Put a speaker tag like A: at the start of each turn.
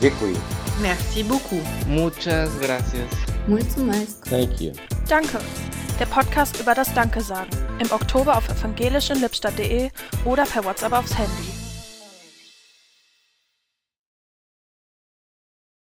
A: Děkuji.
B: Merci beaucoup.
C: Muchas gracias.
D: Mulțumesc.
A: Thank you.
E: Danke. Der Podcast über das Danke sagen. Im Oktober auf evangelisch-in-lippstadt.de oder per WhatsApp aufs Handy.